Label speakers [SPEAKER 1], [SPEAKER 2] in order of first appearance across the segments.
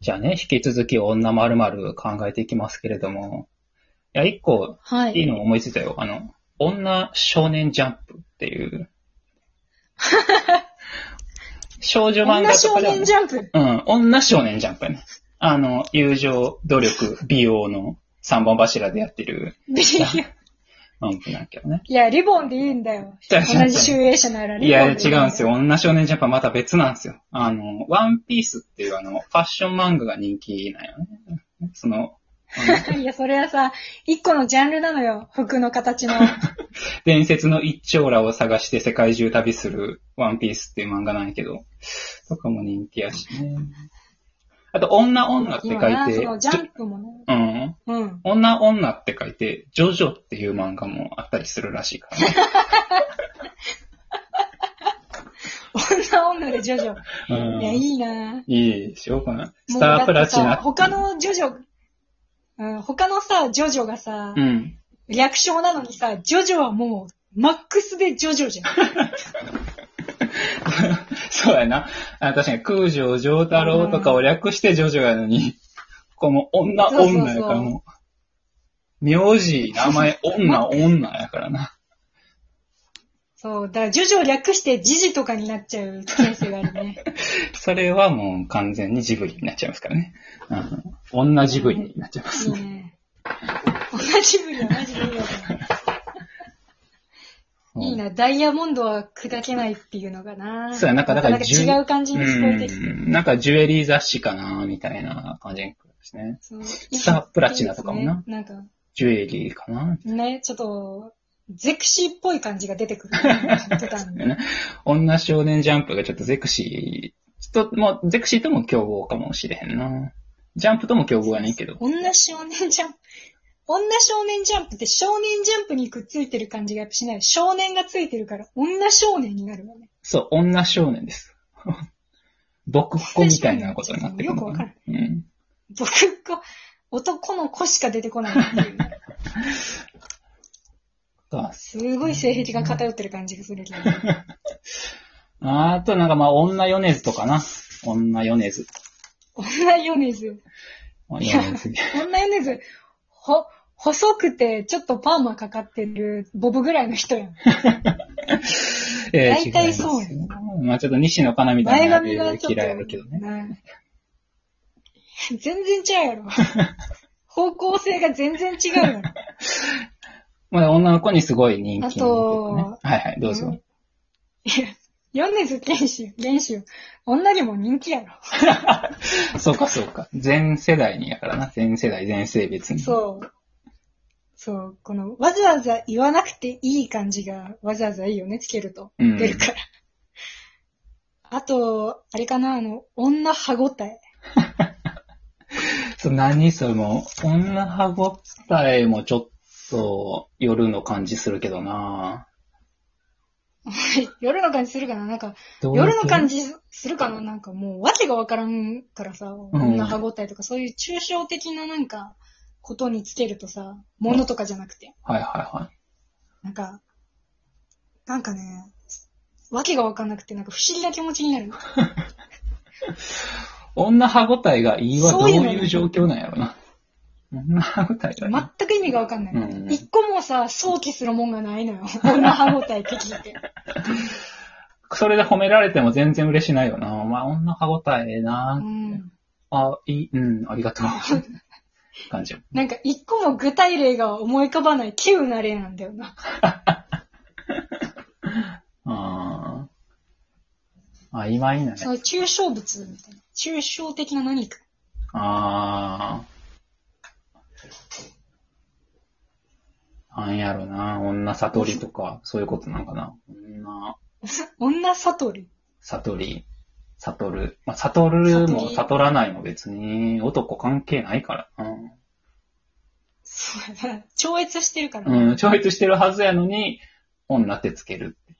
[SPEAKER 1] じゃあね、引き続き女まるまる考えていきますけれども、いや、一個
[SPEAKER 2] はい
[SPEAKER 1] い
[SPEAKER 2] い。
[SPEAKER 1] の思いついたよ。あの、女少年ジャンプって いう。少女漫
[SPEAKER 2] 女
[SPEAKER 1] 画と
[SPEAKER 2] 少
[SPEAKER 1] かじゃない
[SPEAKER 2] 年ジャン プ。
[SPEAKER 1] うん、女少年ジャンプやね。あの、友情、努力、美容の三本柱でやってる漫画なんやけどね。
[SPEAKER 2] いや、リボンでいいんだよ。
[SPEAKER 1] 違う
[SPEAKER 2] 同
[SPEAKER 1] 違う
[SPEAKER 2] じ集英社なら
[SPEAKER 1] い
[SPEAKER 2] リボン
[SPEAKER 1] や、
[SPEAKER 2] で
[SPEAKER 1] 違うん
[SPEAKER 2] い
[SPEAKER 1] です
[SPEAKER 2] だ
[SPEAKER 1] よ。。女少年ジャンプはまた別なんですよ。あの、ワンピースっていうあの、ファッション漫画が人気なんよね。その、あの
[SPEAKER 2] いや、それはさ、一個のジャンルなのよ。服の形の。
[SPEAKER 1] 伝説の一丁羅を探して世界中旅するワンピースっていう漫画なんやけど、とかも人気やしね。あと、女女って書い
[SPEAKER 2] 今な、そ
[SPEAKER 1] て、
[SPEAKER 2] のジャンプもね。
[SPEAKER 1] うん。
[SPEAKER 2] うん。
[SPEAKER 1] 女女って書いて、ジョジョっていう漫画もあったりするらしいから、ね。
[SPEAKER 2] 女女でジョジョ。
[SPEAKER 1] うん、
[SPEAKER 2] いや、いいな
[SPEAKER 1] いいでしょこの、
[SPEAKER 2] も
[SPEAKER 1] ス
[SPEAKER 2] う
[SPEAKER 1] タ
[SPEAKER 2] だっ
[SPEAKER 1] ー
[SPEAKER 2] て
[SPEAKER 1] プラチナ
[SPEAKER 2] さ他のジョジョ、うん、他のさ、ジョジョがさ、
[SPEAKER 1] うん。
[SPEAKER 2] 略称なのにさ、ジョジョはもう、マックスでジョジョじゃん。
[SPEAKER 1] そうやな。あ確かに、空城城太郎とかを略してジョジョやのに、この女女やからもう、名字、名前、女女やからな。
[SPEAKER 2] そう、だからジョジョを略してジジとかになっちゃう危険性があるね。
[SPEAKER 1] それはもう完全にジブリになっちゃいますからね。うん、女ジブリになっちゃいます。
[SPEAKER 2] いいね。同じ分野、マジでいいよね。いいな、ダイヤモンドは砕けないっていうのがな。
[SPEAKER 1] そうやなんかだから
[SPEAKER 2] なか違う感じに聞こえてきて。
[SPEAKER 1] うんなんかジュエリー雑誌かな、みたいな感じですね。
[SPEAKER 2] そう
[SPEAKER 1] スタープラチナとかもな。
[SPEAKER 2] いいですねなんか、
[SPEAKER 1] ジュエリーかな。
[SPEAKER 2] ね、ちょっと、ゼクシーっぽい感じが出てくる。途端に
[SPEAKER 1] 女少年ジャンプがちょっとゼクシー、ちょっともうゼクシーとも競合かもしれへんな。ジャンプとも競合やねんけど。
[SPEAKER 2] 女少年ジャンプ。女少年ジャンプって少年ジャンプにくっついてる感じがやっぱしない。少年がついてるから、女少年になるわね。
[SPEAKER 1] そう、女少年です。 僕っ子みたいなことになってくるの
[SPEAKER 2] よくわか
[SPEAKER 1] うん。
[SPEAKER 2] 僕が男の子しか出てこないっていう。
[SPEAKER 1] あ
[SPEAKER 2] すごい性癖が偏ってる感じがするけど。
[SPEAKER 1] あとなんかまあ女米津とかな。女米津。
[SPEAKER 2] 女米津。
[SPEAKER 1] 女米津。
[SPEAKER 2] 女米津、ほ、細くて、ちょっとパーマかかってる、ボブぐらいの人やん。
[SPEAKER 1] え
[SPEAKER 2] 大体そうや
[SPEAKER 1] 違います まあちょっと西野カナみたい
[SPEAKER 2] 前
[SPEAKER 1] な
[SPEAKER 2] 髪
[SPEAKER 1] 嫌
[SPEAKER 2] がちょっと。
[SPEAKER 1] いだけどね。
[SPEAKER 2] ね全然ちゃ うやろ。方向性が全然違うやろ。
[SPEAKER 1] まあ女の子にすごい人気なんだけどね
[SPEAKER 2] あと
[SPEAKER 1] はいはい、どうぞ。
[SPEAKER 2] 米津玄師、玄師よ。女にも人気やろ。
[SPEAKER 1] そうか、そうか。全世代にやからな。全世代、全性別に。う。
[SPEAKER 2] そう。そう。この、わざわざ言わなくていい感じが、わざわざいいよね、つけると。
[SPEAKER 1] うん
[SPEAKER 2] 出るから。あと、あれかな、あの、女歯ごたえ。
[SPEAKER 1] そう何それも、女歯ごたえもちょっと、夜の感じするけどな
[SPEAKER 2] 夜の感じするかななんか、
[SPEAKER 1] どう
[SPEAKER 2] 夜の感
[SPEAKER 1] じ
[SPEAKER 2] じするかななんかもう、わけがわからんからさ、女歯ごたえとか、そういう抽象的ななんか、ことにつけるとさ、ものとかじゃなくて、
[SPEAKER 1] はいはいはい。
[SPEAKER 2] なんか、なんかね、わけがわかんなくて、なんか不思議な気持ちになる。
[SPEAKER 1] 女歯ごたえがいいはど
[SPEAKER 2] そうういうの
[SPEAKER 1] いう状況なんやろな。女歯ごたえがいい。
[SPEAKER 2] 全く意味がわかんな
[SPEAKER 1] うんうん
[SPEAKER 2] い。一、個もさ、想起するもんがないのよ。女歯応えって聞 いて。
[SPEAKER 1] それで褒められても全然嬉しないよな。まあ、女歯ごたえ
[SPEAKER 2] う
[SPEAKER 1] な、
[SPEAKER 2] ん、
[SPEAKER 1] あ、いい、うん、ありがとう。 感じ。
[SPEAKER 2] なんか一個も具体例が思い浮かばない、稀有な例なんだよな。
[SPEAKER 1] ああ。曖昧なね。
[SPEAKER 2] その抽象物みたいな。抽象的な何か。
[SPEAKER 1] ああ。なんやろな、女悟りとか、そういうことなんかな。女
[SPEAKER 2] 女悟り。
[SPEAKER 1] 悟り、悟る。まあ、悟る
[SPEAKER 2] 悟
[SPEAKER 1] も
[SPEAKER 2] り
[SPEAKER 1] 悟らないも別に、男関係ないからな。
[SPEAKER 2] そうやな超越してるから。
[SPEAKER 1] うん、超越してるはずやのに、女ってつけるって。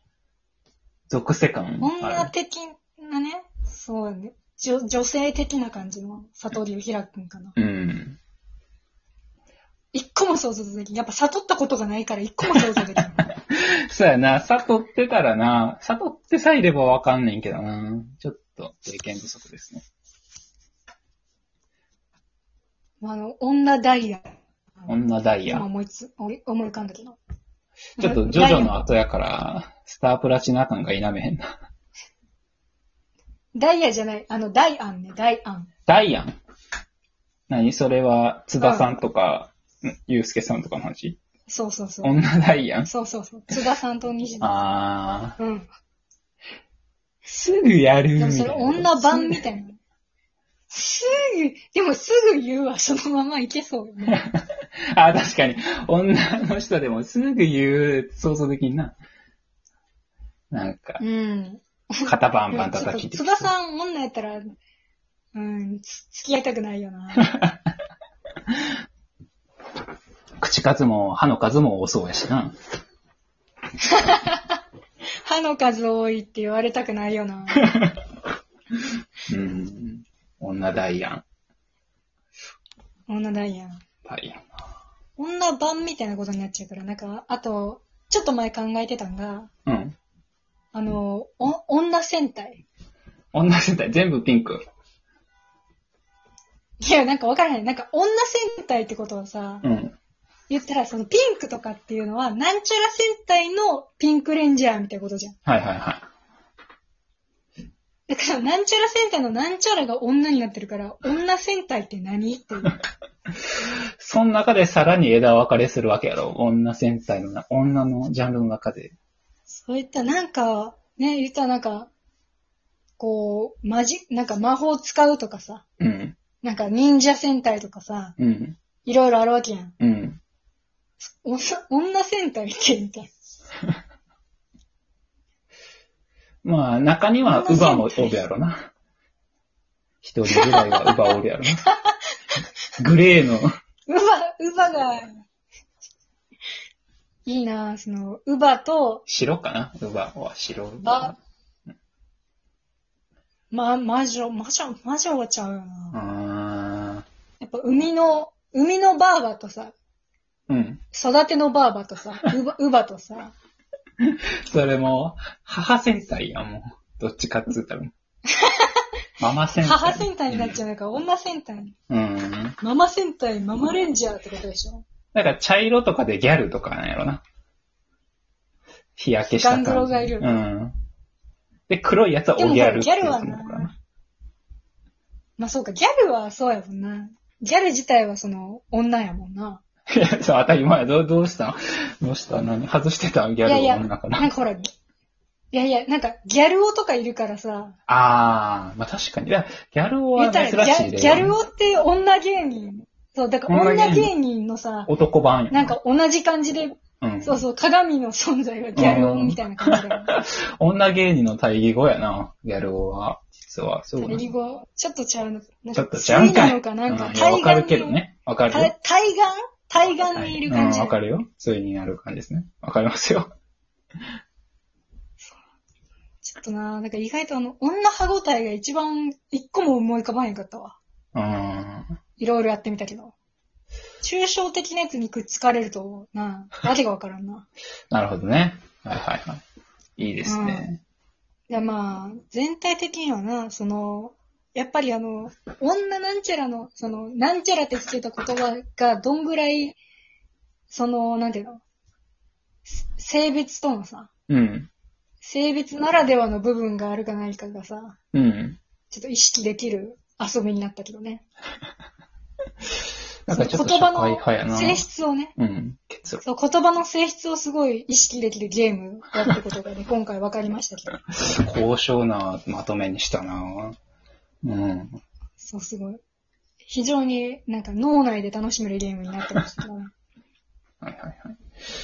[SPEAKER 1] 属性感あ
[SPEAKER 2] 女
[SPEAKER 1] る。
[SPEAKER 2] 的なね。そうやね。女女性的な感じの悟りを開くんかな。
[SPEAKER 1] うん。
[SPEAKER 2] 一個も想像できない。やっぱ悟ったことがないから一個も想像できない。
[SPEAKER 1] そうやな、悟ってたらな、悟ってさえいればわかんねんけどな。ちょっと、経験不足ですね。
[SPEAKER 2] あの、女ダイヤ。
[SPEAKER 1] 女ダイ
[SPEAKER 2] 今
[SPEAKER 1] ヤ。
[SPEAKER 2] 思いつ、思い思い浮かんだけど。
[SPEAKER 1] ちょっとジョジョの後やから、スタープラチナ感が否めへんな。
[SPEAKER 2] ダイヤじゃない、あの、ダイアンね、ダイアン。
[SPEAKER 1] ダイアン何それは、津田さんとか、うんゆうすけさんとかの話
[SPEAKER 2] そうそうそう。
[SPEAKER 1] 女ダイアン
[SPEAKER 2] そうそうそう。津田さんと西田。
[SPEAKER 1] あー。
[SPEAKER 2] うん。
[SPEAKER 1] すぐやるみた
[SPEAKER 2] で
[SPEAKER 1] い
[SPEAKER 2] も
[SPEAKER 1] な
[SPEAKER 2] それ女版みたいな。すぐ、でもすぐ言うわ、そのままいけそうよね。
[SPEAKER 1] あ、確かに。女の人でもすぐ言う、想像できんな。なんか
[SPEAKER 2] う、ん。
[SPEAKER 1] 肩バン
[SPEAKER 2] で
[SPEAKER 1] バン
[SPEAKER 2] もちょっ
[SPEAKER 1] 叩
[SPEAKER 2] と
[SPEAKER 1] き
[SPEAKER 2] 津田さん女やったら、うん、つ付き合いたくないよな。
[SPEAKER 1] 口数も歯の数も多そうやしな。
[SPEAKER 2] 歯の数多いって言われたくないよな。
[SPEAKER 1] うん。女ダイアン。
[SPEAKER 2] 女ダイヤン。
[SPEAKER 1] ダイアン。
[SPEAKER 2] 女版みたいなことになっちゃうから、なんか、あと、ちょっと前考えてたんが、
[SPEAKER 1] うん。
[SPEAKER 2] あの、お女戦隊。
[SPEAKER 1] 女世代全部ピンク。
[SPEAKER 2] いや、なんかわからない。なんか女戦隊ってことをさ、
[SPEAKER 1] うん。
[SPEAKER 2] 言ったら、そのピンクとかっていうのは、なんちゃら戦隊のピンクレンジャーみたいなことじゃん。
[SPEAKER 1] はいはいはい。
[SPEAKER 2] だから、なんちゃら戦隊のなんちゃらが女になってるから、女戦隊って何っていう。
[SPEAKER 1] その中でさらに枝分かれするわけやろ。女戦隊のな、女のジャンルの中で。
[SPEAKER 2] そういったなんか、ね、言ったらなんか、こう、まじ、なんか魔法使うとかさ、
[SPEAKER 1] うん。
[SPEAKER 2] なんか忍者戦隊とかさ、
[SPEAKER 1] うん。
[SPEAKER 2] いろいろあるわけやん。
[SPEAKER 1] うん。
[SPEAKER 2] 女、女戦隊ってみたいな。
[SPEAKER 1] まあ、中には乳母もおるやろな。一人ぐらいは乳母おるやろな。グレーの。
[SPEAKER 2] ウバ、ウバが、いいなぁその、ウバと、
[SPEAKER 1] 白かな乳母は白。
[SPEAKER 2] あま、魔女、魔女、魔女はちゃうよなぁ
[SPEAKER 1] あ
[SPEAKER 2] やっぱ海の、海のバーバとさ、
[SPEAKER 1] ーうん。
[SPEAKER 2] 育てのバーバとさ、ウバ、ウバとさ、
[SPEAKER 1] それも、母戦隊やもう。どっちかっつう たら。ママ戦隊。
[SPEAKER 2] 母戦隊になっちゃうのか、女戦隊。
[SPEAKER 1] うん。
[SPEAKER 2] ママ戦隊、ママレンジャーってことでしょ
[SPEAKER 1] だから茶色とかでギャルとかなんやろな。日焼けした感じ。
[SPEAKER 2] ガングロがいる
[SPEAKER 1] うん。で、黒いやつはおギャルっていうやつなの
[SPEAKER 2] でもギャ
[SPEAKER 1] か
[SPEAKER 2] ルは
[SPEAKER 1] な。
[SPEAKER 2] まあそうか、ギャルはそうやもんな。ギャル自体はその、女やもんな。
[SPEAKER 1] いや、 そう、当たり前。どう、どうしたんどうしたん何外してたんギャ
[SPEAKER 2] いや
[SPEAKER 1] ル
[SPEAKER 2] い
[SPEAKER 1] の
[SPEAKER 2] や、
[SPEAKER 1] 女
[SPEAKER 2] なん
[SPEAKER 1] かな。
[SPEAKER 2] かほら、いやいや、なんかギャル男とかいるからさ、
[SPEAKER 1] あー、まあ確かに。いや、ギャル男
[SPEAKER 2] 言
[SPEAKER 1] は
[SPEAKER 2] ったら
[SPEAKER 1] 珍
[SPEAKER 2] ギ
[SPEAKER 1] しい
[SPEAKER 2] ャ
[SPEAKER 1] で。
[SPEAKER 2] ギャル男って女芸人。そう、だから
[SPEAKER 1] 女
[SPEAKER 2] 女
[SPEAKER 1] 芸人
[SPEAKER 2] 芸人のさ、
[SPEAKER 1] 男版よ。
[SPEAKER 2] なん、か同じ感じで、
[SPEAKER 1] うん。
[SPEAKER 2] そうそう、鏡の存在がギャル男みたいな感じだよね。
[SPEAKER 1] 女芸人の対義語やな、ギャル男は。実は、そうな
[SPEAKER 2] 英
[SPEAKER 1] の
[SPEAKER 2] 語ちょっとちゃうの。なん
[SPEAKER 1] ちょ
[SPEAKER 2] か
[SPEAKER 1] っとちゃうんか。
[SPEAKER 2] ないのかなんか、
[SPEAKER 1] うんいやわかるけど
[SPEAKER 2] に
[SPEAKER 1] ね。わかるよ
[SPEAKER 2] た。対岸対岸にいる感じ。
[SPEAKER 1] うんわかるよ。それになる感じですね。わかりますよ。
[SPEAKER 2] ちょっとな、なんか意外とあの、女歯応えが一番、一個も思い浮かばへんかったわ。
[SPEAKER 1] うん。
[SPEAKER 2] いろいろやってみたけど。抽象的なやつにくっつかれると、な、わけがわからんな。
[SPEAKER 1] なるほどね。はいはいはい。いいですね。
[SPEAKER 2] いやまあ、全体的にはな、その、やっぱりあの、女なんちゃらの、その、なんちゃらってつけた言葉がどんぐらい、その、なんていうの、せ性別とのさ、
[SPEAKER 1] うん。
[SPEAKER 2] 性別ならではの部分があるかないかがさ、
[SPEAKER 1] うん。
[SPEAKER 2] ちょっと意識できる遊びになったけどね。
[SPEAKER 1] なんかちょっと
[SPEAKER 2] そ
[SPEAKER 1] 社
[SPEAKER 2] の
[SPEAKER 1] 会
[SPEAKER 2] 言葉
[SPEAKER 1] 派や
[SPEAKER 2] の
[SPEAKER 1] な。
[SPEAKER 2] 性質をね、
[SPEAKER 1] うん。結論。
[SPEAKER 2] そう言葉の性質をすごい意識できるゲームだってこ とがね、今回分かりましたけど。
[SPEAKER 1] 高尚なまとめにしたな。うん。
[SPEAKER 2] そう、すごい。非常になんか脳内で楽しめるゲームになってました けどね。
[SPEAKER 1] はいはいはい。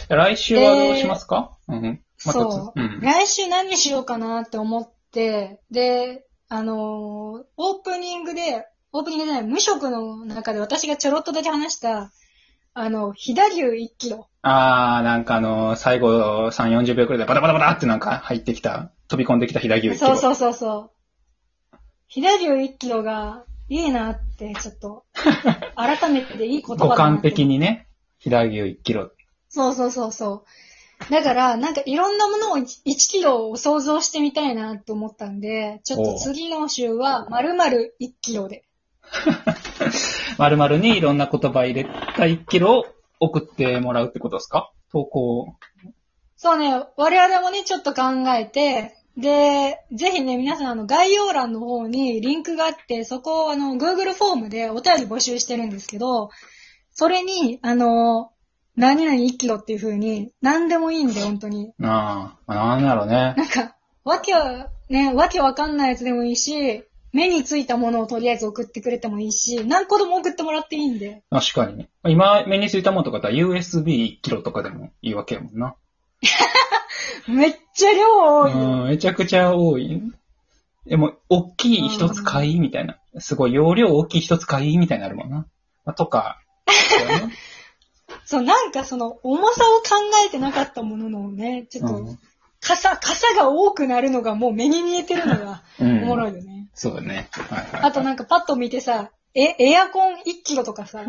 [SPEAKER 1] 来週はどうしますか、うん。またつ
[SPEAKER 2] そう、
[SPEAKER 1] ん。
[SPEAKER 2] 来週何しようかなって思って、で、あのーオープニングで、オープニングじゃない、無職の中で私がちょろっとだけ話した、あの、飛騨牛1キロ。
[SPEAKER 1] あー、なんかあの、最後3、40秒くらいでバタバタバタってなんか入ってきた、飛び込んできた飛騨牛
[SPEAKER 2] そう
[SPEAKER 1] う。
[SPEAKER 2] そうそうそう。飛騨牛1キロがいいなって、ちょっ と、改めていい言葉だ
[SPEAKER 1] 五
[SPEAKER 2] な
[SPEAKER 1] 感
[SPEAKER 2] って
[SPEAKER 1] 的にね、飛騨牛1キロ。
[SPEAKER 2] そうそうそうそう。だから、なんかいろんなものを 1, キロを想像してみたいなと思ったんで、ちょっと次の週は丸々1キロで。
[SPEAKER 1] 〇〇にいろんな言葉入れたいキロを送ってもらうってことですか投稿を。
[SPEAKER 2] そうね、我々もね、ちょっと考えて、で、ぜひね、皆さん、あの、概要欄の方にリンクがあって、そこを、あの、Google フォームでお便り募集してるんですけど、それに、あの、何々1キロっていう風に、何でもいいんで、本当に。
[SPEAKER 1] ああ、まあなんだろうね。
[SPEAKER 2] なんか、わけは、ね、わけわかんないやつでもいいし、目についたものをとりあえず送ってくれてもいいし、何個でも送ってもらっていいんで。
[SPEAKER 1] 確かにね。今、目についたものとかだったら USB1 キロとかでもいいわけやもんな。
[SPEAKER 2] めっちゃ量多いよ。
[SPEAKER 1] うん、めちゃくちゃ多い。でも、大きい一つ買いみたいな。すごい、容量大きい一つ買いみたいになるもんな。まあとか、そうやな
[SPEAKER 2] そう、なんかその、重さを考えてなかったもののね、 ちょっと、
[SPEAKER 1] うん
[SPEAKER 2] 傘、傘が多くなるのがもう目に見えてるのが、
[SPEAKER 1] う
[SPEAKER 2] お
[SPEAKER 1] ん
[SPEAKER 2] もろいよね。
[SPEAKER 1] そうだね。はいはい、
[SPEAKER 2] あとなんかパッと見てさ、え、エアコン1キロとかさ、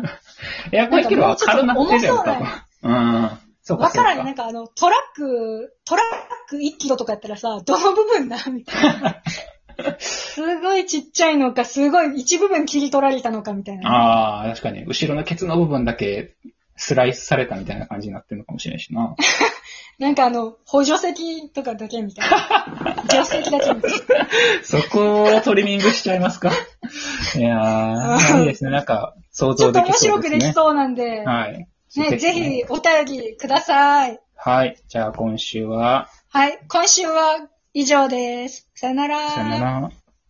[SPEAKER 1] エアコン1キロは軽なってるやん
[SPEAKER 2] なんか
[SPEAKER 1] か
[SPEAKER 2] もう。
[SPEAKER 1] うん。そうか
[SPEAKER 2] わ
[SPEAKER 1] そう
[SPEAKER 2] からん、な
[SPEAKER 1] か
[SPEAKER 2] ん。かあの、トラック、トラック1キロとかやったらさ、どの部分だみた いな。すごいちっちゃいのか、すごい一部分切り取られたのかみたいな。
[SPEAKER 1] ああ、確かに。後ろのケツの部分だけスライスされたみたいな感じになってるのかもしれないし な。
[SPEAKER 2] なんかあの、補助席とかだけみたい な。助手席だけみたいな。
[SPEAKER 1] そこをトリミングしちゃいます かいやー、いいですね。なんか、想
[SPEAKER 2] ちょ
[SPEAKER 1] 像
[SPEAKER 2] っと
[SPEAKER 1] でき
[SPEAKER 2] 面
[SPEAKER 1] そ
[SPEAKER 2] 白
[SPEAKER 1] うで
[SPEAKER 2] く
[SPEAKER 1] す
[SPEAKER 2] で
[SPEAKER 1] ね。
[SPEAKER 2] きそうなんで、
[SPEAKER 1] はい。
[SPEAKER 2] ね、ぜ
[SPEAKER 1] ね
[SPEAKER 2] ひお便りください。
[SPEAKER 1] はい。じゃあ今週は、
[SPEAKER 2] はい、今週は以上です。さよなら。
[SPEAKER 1] さよなら。